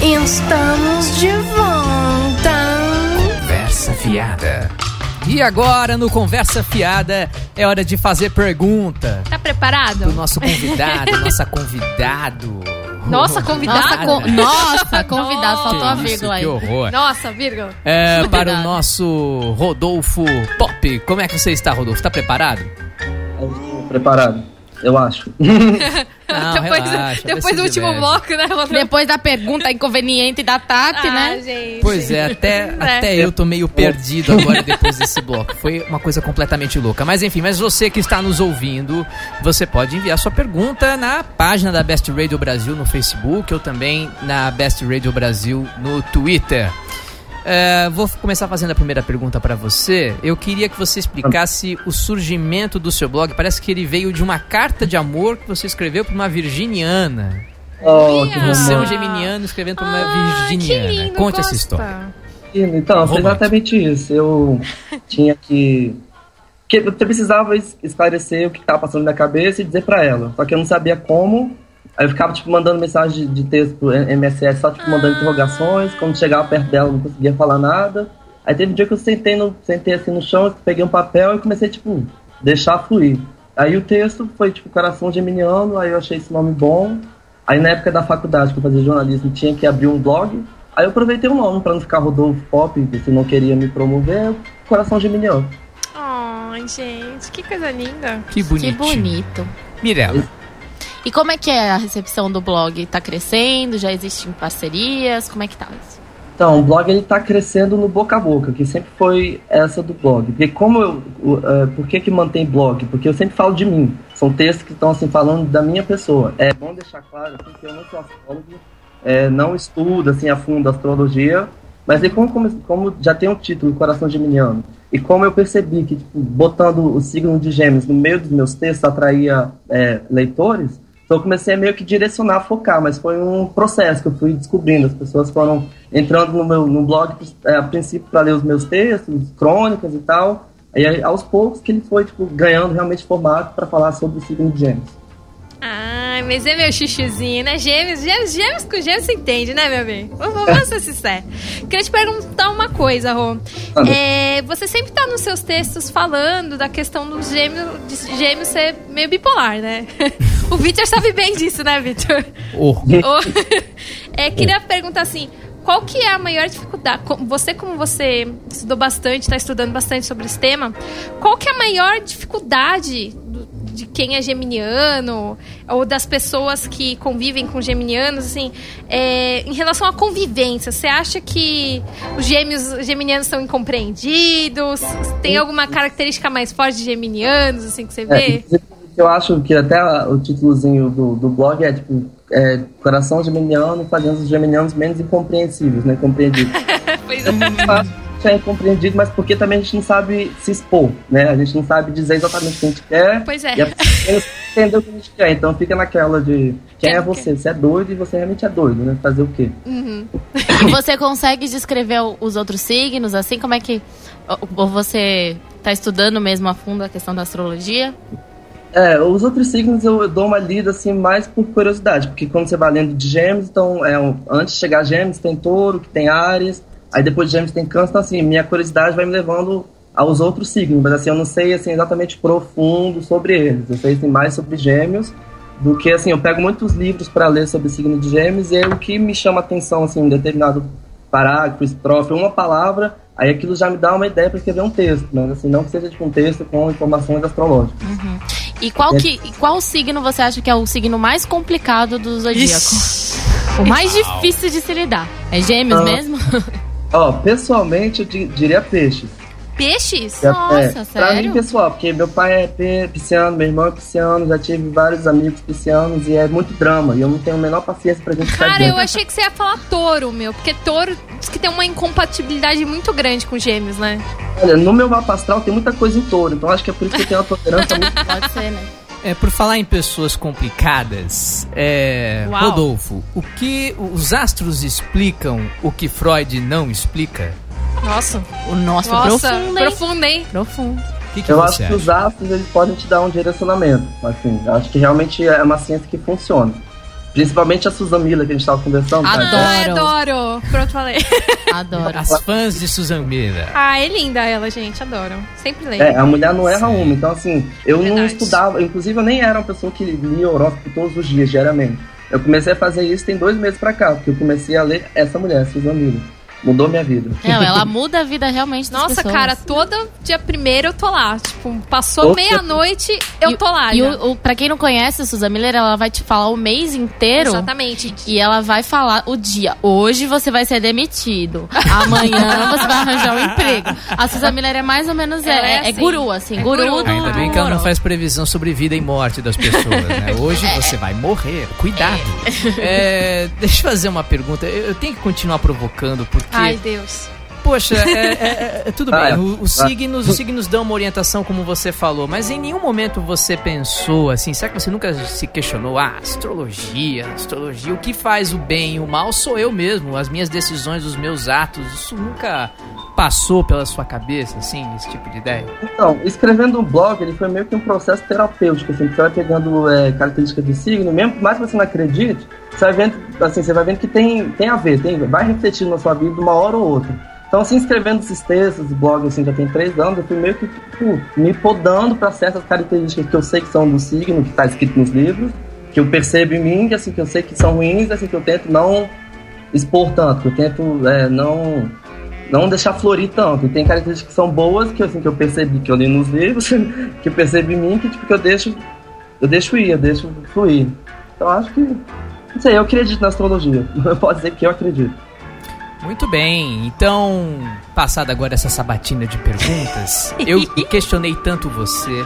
Speaker 2: Estamos de volta.
Speaker 4: Conversa fiada.
Speaker 1: e agora no Conversa Fiada é hora de fazer pergunta
Speaker 3: tá preparado?
Speaker 1: do nosso convidado, nossa convidado.
Speaker 3: Nossa, convidado?
Speaker 5: Nossa, con- nossa, convidado,
Speaker 1: Que
Speaker 5: faltou a
Speaker 1: isso,
Speaker 5: vírgula aí.
Speaker 1: Que horror.
Speaker 3: Nossa, vírgula.
Speaker 1: É, para o
Speaker 5: Obrigada.
Speaker 1: nosso Rodolfo Pop. Como é que você está, Rodolfo? Tá preparado?
Speaker 6: Eu estou preparado, eu acho.
Speaker 1: Não,
Speaker 3: depois
Speaker 1: relaxa, vê se
Speaker 3: depois do último
Speaker 1: diverte.
Speaker 3: bloco, né, Rodolfo?
Speaker 5: Depois da pergunta inconveniente da Tati,
Speaker 3: Ah,
Speaker 5: né?
Speaker 3: gente.
Speaker 1: Pois é, até, até eu tô meio perdido agora depois desse bloco. Foi uma coisa completamente louca. Mas enfim, mas você que está nos ouvindo, você pode enviar sua pergunta na página da Best Radio Brasil no Facebook ou também na Best Radio Brasil no Twitter. É, vou começar fazendo a primeira pergunta pra você. Eu queria que você explicasse o surgimento do seu blog. Parece que ele veio de uma carta de amor que você escreveu pra uma virginiana.
Speaker 6: Oh, que
Speaker 1: Você é um
Speaker 6: romântico.
Speaker 1: geminiano escrevendo pra uma
Speaker 3: Ah,
Speaker 1: virginiana.
Speaker 3: que lindo,
Speaker 1: Conte essa
Speaker 3: gosta.
Speaker 1: história.
Speaker 6: Então, foi
Speaker 1: Romântico.
Speaker 6: exatamente isso. Eu tinha que... que eu precisava es- esclarecer o que estava passando na minha cabeça e dizer pra ela. Só que eu não sabia como. Aí eu ficava, tipo, mandando mensagem de, de texto pro MSS, só, tipo, mandando interrogações. Quando chegava perto dela, eu não conseguia falar nada. Aí teve um dia que eu sentei, no, sentei assim no chão, peguei um papel e comecei, tipo, deixar fluir. Aí o texto foi, tipo, Coração Geminiano, aí eu achei esse nome bom. Aí na época da faculdade que eu fazia jornalismo, tinha que abrir um blog. Aí eu aproveitei o nome pra não ficar Rodolfo Pop, se não queria me promover, Coração Geminiano.
Speaker 3: Ai, gente, que coisa linda.
Speaker 1: Que
Speaker 5: Que
Speaker 1: bonitinho.
Speaker 5: bonito.
Speaker 1: Mirella.
Speaker 5: E como é que é a recepção do blog? Tá crescendo? Já existem parcerias? Como é que tá isso?
Speaker 6: Então, o blog ele tá crescendo no boca a boca, que sempre foi essa do blog. Porque como eu, o, eh, por que que mantém blog? Porque eu sempre falo de mim. São textos que estão assim falando da minha pessoa. É bom deixar claro assim, que eu não sou astrólogo, eh, não estudo assim a fundo astrologia, mas aí como, como, como já tem um título, Coração Geminiano, e como eu percebi que tipo, botando o signo de Gêmeos no meio dos meus textos atraía eh, leitores, então eu comecei a meio que direcionar, focar, mas foi um processo que eu fui descobrindo. As pessoas foram entrando no meu no blog é, a princípio para ler os meus textos, crônicas e tal. E aí, aos poucos que ele foi tipo, ganhando realmente formato para falar sobre o signo de Gêmeos.
Speaker 3: Ah, Ai, mas é meu xixizinho, né? Gêmeos, gêmeos, gêmeos com gêmeos se entende, né, meu bem? Vamos, vamos ser sinceros. Queria te perguntar uma coisa, Rô.
Speaker 6: Manda.
Speaker 3: É, você sempre tá nos seus textos falando da questão dos gêmeos, de gêmeos ser meio bipolar, né? o Vitor sabe bem disso, né, Vitor?
Speaker 1: Oh,
Speaker 3: Ô, é, queria perguntar assim, qual que é a maior dificuldade? co- Você, como você estudou bastante, está estudando bastante sobre esse tema, qual que é a maior dificuldade do- de quem é geminiano ou das pessoas que convivem com geminianos, assim, é, em relação à convivência? Você acha que os gêmeos os geminianos são incompreendidos? Tem alguma característica mais forte de geminianos, assim, que você
Speaker 6: É,
Speaker 3: vê?
Speaker 6: inclusive, eu acho que até a- o títulozinho do, do blog é tipo é, Coração Geminiano fazendo os geminianos menos incompreensíveis, né? Compreendidos.
Speaker 3: Pois
Speaker 6: Já é incompreendido, mas porque também a gente não sabe se expor, né? A gente não sabe dizer exatamente o que a gente quer.
Speaker 3: Pois
Speaker 6: E a
Speaker 3: é.
Speaker 6: pessoa entendeu o que a gente quer, então fica naquela de quem
Speaker 3: Quem-
Speaker 6: é você? Você é doido e você realmente é doido, né? Fazer o quê?
Speaker 3: Uhum.
Speaker 5: E você consegue descrever o- os outros signos, assim? Como é que. ou- Ou você tá estudando mesmo a fundo a questão da astrologia?
Speaker 6: É, os outros signos eu dou uma lida assim mais por curiosidade, porque quando você vai lendo de gêmeos, então é, um- antes de chegar a gêmeos tem touro, que tem Áries, aí depois de gêmeos tem câncer, então assim, minha curiosidade vai me levando aos outros signos, mas assim, eu não sei assim exatamente profundo sobre eles, eu sei assim, mais sobre gêmeos do que assim, eu pego muitos livros para ler sobre o signo de gêmeos e aí o que me chama atenção assim, um determinado parágrafo, estrofe, uma palavra, aí aquilo já me dá uma ideia para escrever um texto, né? Assim, não que seja tipo um texto com informações astrológicas.
Speaker 5: E qual, que, e qual signo você acha que é o signo mais complicado do zodíaco? O mais difícil de se lidar. É gêmeos
Speaker 6: Ah.
Speaker 5: mesmo?
Speaker 6: Ó, pessoalmente eu di- diria peixe.
Speaker 3: Peixes?
Speaker 6: Já-
Speaker 5: Nossa,
Speaker 6: É, Pra
Speaker 5: sério?
Speaker 6: mim, pessoal, porque meu pai é pe- pisciano, meu irmão é pisciano, já tive vários amigos piscianos e é muito drama. E eu não tenho a menor paciência pra gente ficar
Speaker 3: Cara, eu
Speaker 6: dentro.
Speaker 3: achei que você ia falar touro, meu. Porque touro diz que tem uma incompatibilidade muito grande com gêmeos, né?
Speaker 6: Olha, no meu mapa astral tem muita coisa em touro, então acho que é por isso que eu tenho uma tolerância muito.
Speaker 5: Pode ser, né?
Speaker 1: É, por falar em pessoas complicadas, é,
Speaker 3: Uau.
Speaker 1: Rodolfo, o que os astros explicam o que Freud não explica?
Speaker 3: Nossa,
Speaker 5: O nosso
Speaker 3: nossa,
Speaker 5: profundo, hein?
Speaker 3: profundo, hein?
Speaker 5: Profundo.
Speaker 1: O que, que
Speaker 6: Eu acho
Speaker 1: você
Speaker 6: que
Speaker 1: acha?
Speaker 6: os astros eles podem te dar um direcionamento. Assim, eu acho que realmente é uma ciência que funciona. Principalmente a Susan Miller que a gente tava conversando.
Speaker 5: Adoro.
Speaker 6: tá?
Speaker 3: Ah, adoro. Pronto, falei.
Speaker 5: Adoro.
Speaker 1: As fãs de Susan Mira.
Speaker 3: Ah, é linda ela, gente. Adoro. Sempre leio.
Speaker 6: É, a mulher não erra
Speaker 1: Sim.
Speaker 6: uma. Então, assim, eu não
Speaker 3: Verdade.
Speaker 6: estudava. Inclusive, eu nem era uma pessoa que lia horóscopo todos os dias, diariamente. Eu comecei a fazer isso tem dois meses pra cá, porque eu comecei a ler essa mulher, Susan Miller. Mudou minha vida.
Speaker 5: Não, ela muda a vida realmente das
Speaker 3: Nossa,
Speaker 5: pessoas.
Speaker 3: cara, todo dia primeiro eu tô lá. Tipo, passou
Speaker 6: Nossa.
Speaker 3: meia-noite, eu tô lá.
Speaker 5: E
Speaker 3: já.
Speaker 5: o, o, pra quem não conhece a Susan Miller, ela vai te falar o mês inteiro.
Speaker 3: Exatamente.
Speaker 5: E ela vai falar o dia. Hoje você vai ser demitido. Amanhã você vai arranjar um emprego. A Susan Miller é mais ou menos
Speaker 3: Ela
Speaker 5: é,
Speaker 3: é
Speaker 5: é
Speaker 3: assim.
Speaker 5: guru, assim.
Speaker 3: É
Speaker 5: guru
Speaker 3: guru.
Speaker 5: do
Speaker 1: Ainda bem que ela não faz previsão sobre vida e morte das pessoas, né? Hoje
Speaker 3: É.
Speaker 1: você vai morrer, cuidado. É, deixa eu fazer uma pergunta. Eu eu tenho que continuar provocando, porque
Speaker 3: Ai, Deus.
Speaker 1: Poxa, é, é- é- tudo
Speaker 6: Ah,
Speaker 1: bem.
Speaker 6: é.
Speaker 1: o- Os
Speaker 6: Ah.
Speaker 1: signos, os signos dão uma orientação, como você falou, mas em nenhum momento você pensou assim. Será que você nunca se questionou? Ah, astrologia, astrologia, o que faz o bem e o mal sou eu mesmo, as minhas decisões, os meus atos. Isso nunca passou pela sua cabeça, assim, esse tipo de ideia?
Speaker 6: Então, escrevendo um blog, ele foi meio que um processo terapêutico, assim, você vai pegando é, características do signo, mesmo por mais que você não acredite, você vai vendo, assim, você vai vendo que tem, tem a ver, tem, vai refletindo na sua vida uma hora ou outra. Então, assim, escrevendo esses textos, blog, assim, já tem três anos, eu fui meio que, tipo, me podando para certas características que eu sei que são do signo, que tá escrito nos livros, que eu percebo em mim, que, assim, que eu sei que são ruins, assim, que eu tento não expor tanto, que eu tento é, não não deixar florir tanto. E tem características que são boas, que, assim, que eu percebi, que eu li nos livros, que eu percebi em mim, que, tipo, que eu deixo. Eu deixo ir, eu deixo fluir. Então acho que. Não sei, eu acredito na astrologia. Eu posso dizer que eu acredito.
Speaker 1: Muito bem, então, passada agora essa sabatina de perguntas, eu questionei tanto você.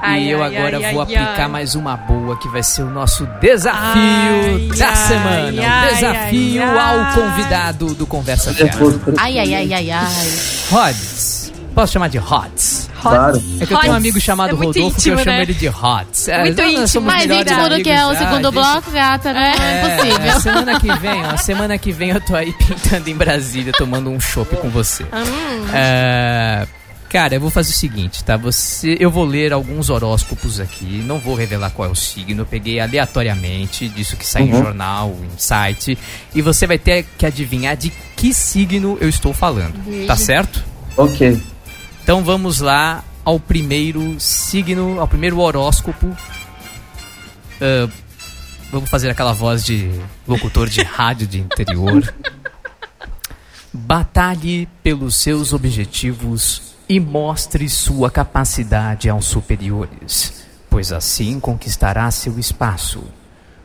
Speaker 3: Ai,
Speaker 1: e eu
Speaker 3: ai,
Speaker 1: agora
Speaker 3: ai,
Speaker 1: vou
Speaker 3: ai,
Speaker 1: aplicar
Speaker 3: ai.
Speaker 1: mais uma boa, que vai ser o nosso desafio
Speaker 3: Ai,
Speaker 1: da
Speaker 3: ai,
Speaker 1: semana.
Speaker 3: ai,
Speaker 1: o desafio
Speaker 3: ai, ai.
Speaker 1: ao convidado do Conversa Fiada.
Speaker 6: Nervoso por
Speaker 5: Ai, ai, ai, ai, ai.
Speaker 1: Rods. Posso chamar de Rods?
Speaker 6: Claro.
Speaker 1: É que eu tenho um
Speaker 3: Rods.
Speaker 1: amigo chamado
Speaker 3: É muito
Speaker 1: Rodolfo que eu
Speaker 3: íntimo,
Speaker 1: chamo
Speaker 3: né?
Speaker 1: ele de Rods. É,
Speaker 3: Muito
Speaker 1: nós
Speaker 3: íntimo.
Speaker 1: somos
Speaker 5: Mas
Speaker 1: melhores
Speaker 5: íntimo do que é o
Speaker 1: amigos,
Speaker 5: segundo
Speaker 1: ah,
Speaker 5: bloco, gata, não é,
Speaker 1: é,
Speaker 5: impossível.
Speaker 1: semana que vem, ó, semana que vem eu tô aí pintando em Brasília, tomando um chopp com você.
Speaker 3: Hum,
Speaker 1: É, Cara, eu vou fazer o seguinte, tá? Você, eu vou ler alguns horóscopos aqui, não vou revelar qual é o signo, eu peguei aleatoriamente disso que sai em jornal, em site, e você vai ter que adivinhar de que signo eu estou falando, tá certo?
Speaker 6: Ok.
Speaker 1: Então vamos lá ao primeiro signo, ao primeiro horóscopo. Ah, vamos fazer aquela voz de locutor de rádio de interior. Batalhe pelos seus objetivos e mostre sua capacidade aos superiores, pois assim conquistará seu espaço.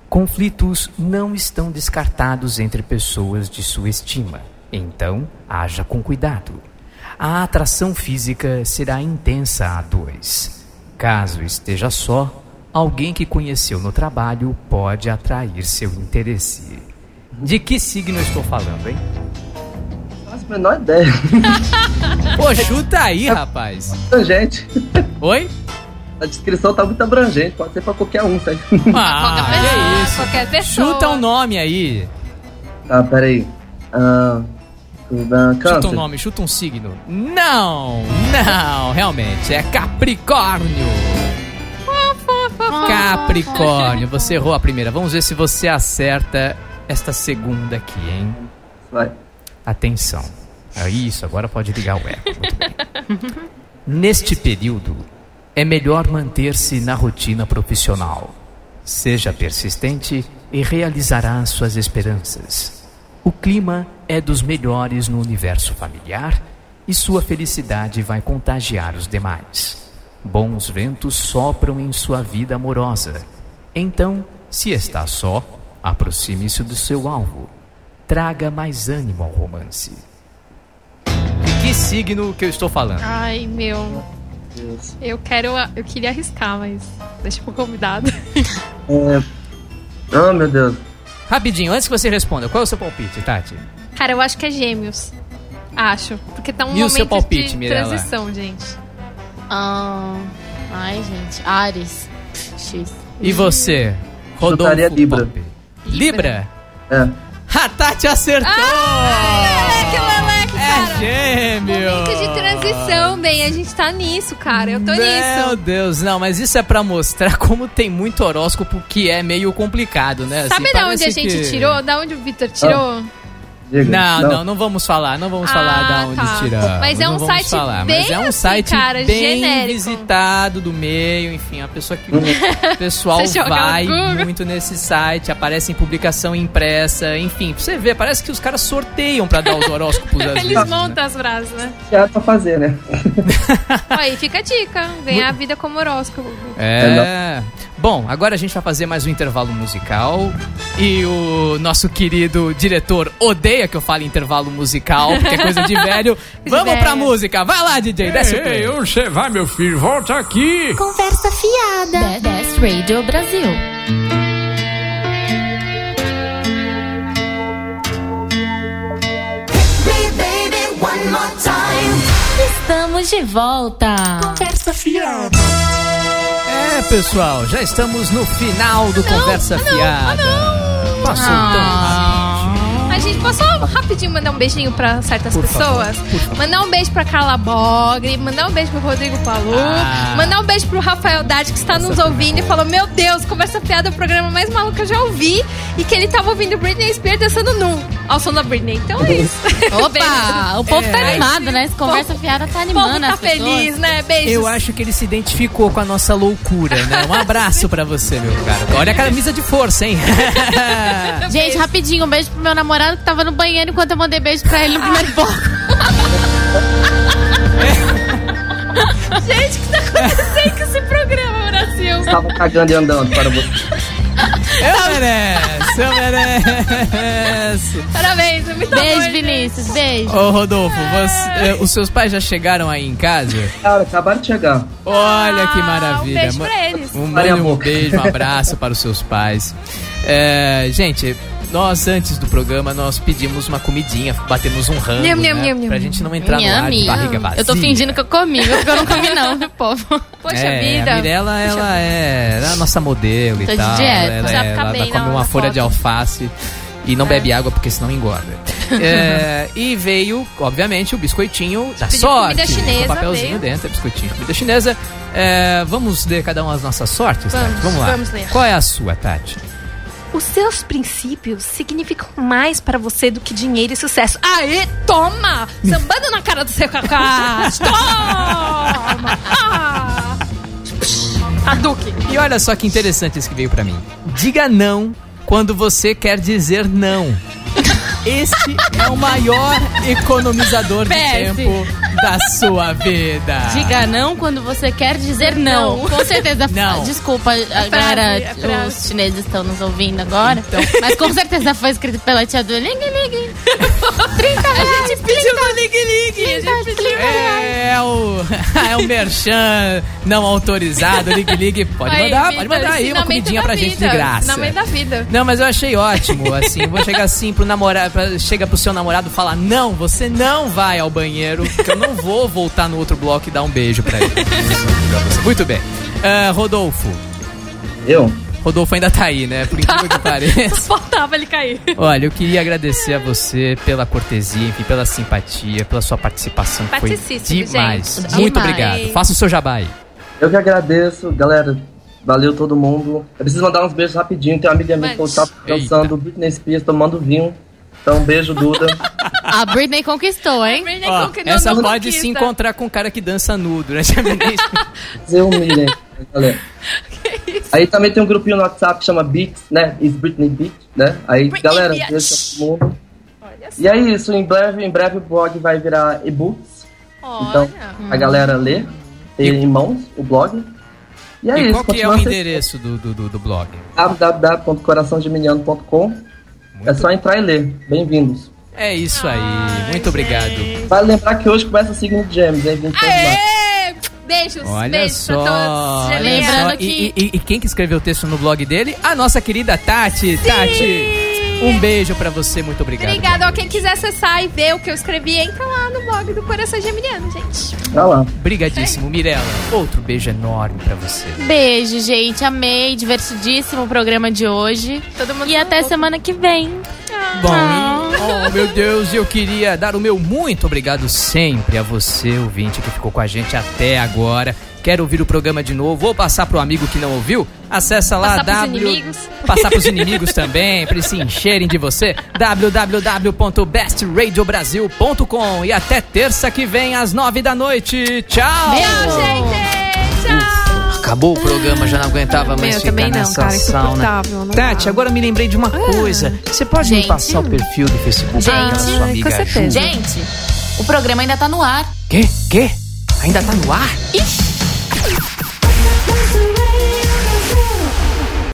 Speaker 1: Conflitos não estão descartados entre pessoas de sua estima, então haja com cuidado. A atração física será intensa a dois. Caso esteja só, alguém que conheceu no trabalho pode atrair seu interesse. De que signo eu estou falando, hein?
Speaker 6: Faço a menor ideia.
Speaker 1: Pô, chuta aí, rapaz.
Speaker 6: Abrangente.
Speaker 1: Oi?
Speaker 6: A descrição tá muito abrangente, pode ser pra qualquer um, sabe?
Speaker 1: Ah,
Speaker 3: qualquer pessoa, qualquer pessoa.
Speaker 1: Chuta um nome aí.
Speaker 6: Tá, peraí. Ah, ah,
Speaker 1: Chuta um
Speaker 6: câncer.
Speaker 1: nome, chuta um signo. Não, não, realmente, é Capricórnio. Capricórnio, você errou a primeira. Vamos ver se você acerta esta segunda aqui, hein?
Speaker 6: Vai.
Speaker 1: Atenção. É isso, agora pode ligar o eco. Muito bem. Neste período, é melhor manter-se na rotina profissional. Seja persistente e realizará suas esperanças. O clima é dos melhores no universo familiar e sua felicidade vai contagiar os demais. Bons ventos sopram em sua vida amorosa. Então, se está só, aproxime-se do seu alvo. Traga mais ânimo ao romance. De que signo que eu estou falando?
Speaker 3: Ai, meu.
Speaker 6: Deus.
Speaker 3: Eu quero. Eu queria arriscar, mas. Deixa pro convidado.
Speaker 6: Ah, meu Deus.
Speaker 1: Rapidinho, antes que você responda, qual é o seu palpite, Tati?
Speaker 3: Cara, eu acho que é gêmeos. Acho. Porque tá um
Speaker 1: E o
Speaker 3: momento
Speaker 1: seu palpite,
Speaker 3: de
Speaker 1: Mirella?
Speaker 3: transição, gente.
Speaker 5: Ah, ai, gente. Ares. X.
Speaker 1: E você? Rodolfo
Speaker 6: Chutaria Libra.
Speaker 1: Pop. Libra?
Speaker 6: É.
Speaker 1: A Ah, Tati acertou!
Speaker 3: Que leleque,
Speaker 1: é gêmeo!
Speaker 3: Momento de transição, bem. A gente tá nisso, cara. Eu tô
Speaker 1: Meu
Speaker 3: nisso.
Speaker 1: Deus, não, mas isso é pra mostrar como tem muito horóscopo que é meio complicado, né?
Speaker 3: Sabe
Speaker 1: Assim,
Speaker 3: da onde
Speaker 1: parece
Speaker 3: a gente
Speaker 1: que- Oh,
Speaker 3: tirou? Da onde o Vitor tirou?
Speaker 6: Diga.
Speaker 1: Não, não, não vamos falar, não vamos falar
Speaker 3: Ah,
Speaker 1: da onde
Speaker 3: tá.
Speaker 1: tiramos.
Speaker 3: Mas é
Speaker 1: não
Speaker 3: um
Speaker 1: vamos
Speaker 3: site
Speaker 1: falar, mas
Speaker 3: bem
Speaker 1: é um
Speaker 3: assim,
Speaker 1: site
Speaker 3: cara,
Speaker 1: bem
Speaker 3: genérico.
Speaker 1: visitado do meio, enfim, a pessoa que o pessoal
Speaker 3: Você joga no
Speaker 1: vai
Speaker 3: Google.
Speaker 1: muito nesse site, aparece em publicação impressa, enfim, pra você ver, parece que os caras sorteiam pra dar os horóscopos às
Speaker 3: Eles
Speaker 1: vezes. né?
Speaker 3: montam as frases, né?
Speaker 6: Já é pra fazer, né?
Speaker 3: Aí fica a dica. Ganhar a vida como horóscopo.
Speaker 1: É. Bom, agora a gente vai fazer mais um intervalo musical. E o nosso querido diretor odeia que eu fale intervalo musical, porque é coisa de velho. Vamos pra
Speaker 3: velho.
Speaker 1: música, vai lá, DJ, desce o play.
Speaker 9: você vai, meu filho, volta aqui.
Speaker 2: Conversa
Speaker 5: Be-
Speaker 2: fiada.
Speaker 5: Best Radio Brasil. Estamos de volta.
Speaker 2: Conversa fiada.
Speaker 1: É, pessoal, já estamos no final do Conversa Fiada. Passou tão rápido.
Speaker 3: A gente pode só rapidinho mandar um beijinho pra certas
Speaker 1: Por favor,
Speaker 3: pessoas?
Speaker 1: por favor.
Speaker 3: Mandar um beijo pra Carla Bogre, mandar um beijo pro Rodrigo Palu,
Speaker 1: Ah.
Speaker 3: mandar um beijo pro Rafael Dade que está nos ouvindo e falou: Meu Deus, conversa fiada é o programa mais maluco que eu já ouvi e que ele tava ouvindo Britney Spears dançando nu ao som da Britney. Então é isso.
Speaker 5: Opa, o povo tá animado, né? Essa conversa fiada tá
Speaker 3: O É. povo
Speaker 5: animando
Speaker 3: tá
Speaker 5: as pessoas.
Speaker 3: feliz, né? Beijos.
Speaker 1: Eu acho que ele se identificou com a nossa loucura, né? Um abraço pra você, meu cara. Olha a camisa de força, hein?
Speaker 3: tá
Speaker 5: Gente, rapidinho, um beijo pro meu namorado que tava no banheiro enquanto eu mandei beijo pra ele no primeiro bloco.
Speaker 3: Gente, o que tá acontecendo com esse programa, Brasil?
Speaker 6: Estava cagando e andando para você.
Speaker 1: Eu mereço, eu mereço.
Speaker 3: Parabéns, é muito bom,
Speaker 5: Beijo,
Speaker 3: gente.
Speaker 5: Vinícius, beijo.
Speaker 1: Ô, Rodolfo, você- eh, os seus pais já chegaram aí em casa?
Speaker 6: Cara, acabaram de chegar.
Speaker 1: Olha que
Speaker 3: Ah,
Speaker 1: maravilha.
Speaker 3: Um beijo
Speaker 1: Ma-
Speaker 3: pra eles.
Speaker 1: Um,
Speaker 6: Olha a
Speaker 1: mande um
Speaker 6: boca.
Speaker 1: beijo, um abraço para os seus pais. É, gente, nós antes do programa nós pedimos uma comidinha, batemos um rango,
Speaker 3: Nham, nham,
Speaker 1: né?
Speaker 3: nham, nham.
Speaker 1: pra gente não entrar no ar de barriga vazia.
Speaker 5: Eu tô fingindo que eu comi, porque eu não comi não, viu, povo.
Speaker 3: Poxa
Speaker 1: é,
Speaker 3: vida.
Speaker 1: A Mirella, ela é a nossa modelo
Speaker 5: Tô
Speaker 1: e
Speaker 5: de
Speaker 1: tal.
Speaker 5: dieta.
Speaker 1: Ela,
Speaker 5: Já
Speaker 1: ela, é,
Speaker 3: fica
Speaker 1: ela
Speaker 3: bem na-
Speaker 1: come uma
Speaker 3: na
Speaker 1: folha
Speaker 3: foto. É.
Speaker 1: de alface. E não bebe água porque senão engorda. É, e veio, obviamente, o biscoitinho da
Speaker 3: Pediu
Speaker 1: sorte.
Speaker 3: comida chinesa,
Speaker 1: com papelzinho
Speaker 3: veio.
Speaker 1: dentro, é biscoitinho de comida chinesa. É, vamos ler cada uma as nossas sortes,
Speaker 3: Vamos,
Speaker 1: Tati? Vamos lá.
Speaker 3: vamos ler.
Speaker 1: Qual é a sua, Tati?
Speaker 3: Os seus princípios significam mais pra você do que dinheiro e sucesso. Aê, toma! Sambando na cara do seu cacá! Toma! Ah! Hadouken.
Speaker 1: E olha só que interessante isso que veio pra mim. Diga não quando você quer dizer não. Este é o maior economizador de
Speaker 5: Péssimo.
Speaker 1: tempo da sua vida.
Speaker 5: Diga não quando você quer dizer não. Com certeza.
Speaker 1: Não.
Speaker 5: Desculpa, agora
Speaker 3: é frase.
Speaker 5: os chineses estão nos ouvindo agora. Mas com certeza foi escrito pela tia do Ling Ling. 30 reais, 30,
Speaker 3: Ligue-ligue!
Speaker 5: 30 reais.
Speaker 1: É o, é o merchan não autorizado, ligue, ligue. Pode mandar, pode mandar aí uma comidinha pra gente de graça.
Speaker 3: Ensinamento da vida.
Speaker 1: Não, mas eu achei ótimo, assim, vou chegar assim pro namorado, pra- chega pro seu namorado e falar, não, você não vai ao banheiro, porque eu não vou voltar no outro bloco e dar um beijo pra ele. Muito bem. Ah, Rodolfo.
Speaker 6: Eu?
Speaker 1: Rodolfo ainda tá aí, né? Por incrível que pareça.
Speaker 3: Só faltava ele cair.
Speaker 1: Olha, eu queria agradecer a você pela cortesia, enfim, pela simpatia, pela sua participação. que Foi
Speaker 3: Participíssimo,
Speaker 1: demais.
Speaker 3: gente.
Speaker 1: Muito
Speaker 5: Demais.
Speaker 1: obrigado. Faça o seu jabá aí.
Speaker 6: Eu que agradeço, galera. Valeu todo mundo. Eu preciso mandar uns beijos rapidinho. Tem uma amiga minha que
Speaker 3: Mande.
Speaker 6: tá dançando Britney Spears, tomando vinho. Então, um beijo, Duda.
Speaker 5: A Britney conquistou, hein?
Speaker 3: É,
Speaker 1: Ó, essa pode se
Speaker 3: encontrar.
Speaker 1: encontrar com um cara que dança nu durante a ministra.
Speaker 6: Fazer um milhão, galera. Aí também tem um grupinho no WhatsApp que chama Beats, né? Is Britney Beat, né? Aí,
Speaker 3: Britney
Speaker 6: galera,
Speaker 3: Beat.
Speaker 6: beijo pra todo mundo. E é isso, em breve, em breve o blog vai virar e-books. Então,
Speaker 1: Hum.
Speaker 6: a galera lê, tem em mãos o blog. E é
Speaker 1: e
Speaker 6: isso,
Speaker 1: qual que é o
Speaker 6: continua acessando
Speaker 1: endereço do, do, do, do blog?
Speaker 6: www.coraçãodeminiano.com É só entrar e ler. Bem-vindos.
Speaker 1: É isso aí. Muito obrigado.
Speaker 6: Vale lembrar que hoje começa o signo de Gêmeos, hein? 23 de março.
Speaker 3: Aê! Beijos,
Speaker 1: Olha
Speaker 3: beijos
Speaker 1: só.
Speaker 3: pra todos.
Speaker 1: olha
Speaker 3: Geleia.
Speaker 5: Lembrando
Speaker 1: só. E- E,
Speaker 5: que-
Speaker 1: e- e quem que escreveu o texto no blog dele? A nossa querida Tati. Tati, um beijo pra você. Muito obrigado.
Speaker 3: Obrigada. Ó, quem quiser acessar e ver o que eu escrevi, entra lá no blog do Coração Geminiano, gente.
Speaker 6: Vai lá.
Speaker 1: Obrigadíssimo, Mirella. Outro beijo enorme pra você.
Speaker 5: Beijo, gente. Amei. Divertidíssimo o programa de hoje.
Speaker 3: Todo mundo
Speaker 5: E até semana que vem.
Speaker 1: Bom,
Speaker 3: Ah.
Speaker 1: e- oh meu Deus, eu queria dar o meu muito obrigado sempre a você, ouvinte, que ficou com a gente até agora. Quer ouvir o programa de novo ou passar pro amigo que não ouviu? Acessa lá
Speaker 3: Passar pros
Speaker 1: W.
Speaker 3: inimigos.
Speaker 1: Passar pros inimigos também, pra eles se encherem de você. www.bestradiobrasil.com E até terça que vem, às nove da noite. Tchau!
Speaker 3: Tchau, gente. Tchau.
Speaker 1: Acabou o programa, já não aguentava mais
Speaker 3: eu
Speaker 1: ficar
Speaker 3: também não,
Speaker 1: nessa
Speaker 3: cara,
Speaker 1: sauna.
Speaker 3: insuportável, não
Speaker 1: Tati, agora me lembrei de uma coisa. Você pode me
Speaker 5: Gente.
Speaker 1: passar o perfil do Facebook da
Speaker 5: Gente,
Speaker 1: sua amiga
Speaker 3: com certeza.
Speaker 1: Ju?
Speaker 2: Gente, o programa ainda tá no ar.
Speaker 1: Quê? Quê? Ainda tá no ar?
Speaker 2: Ixi.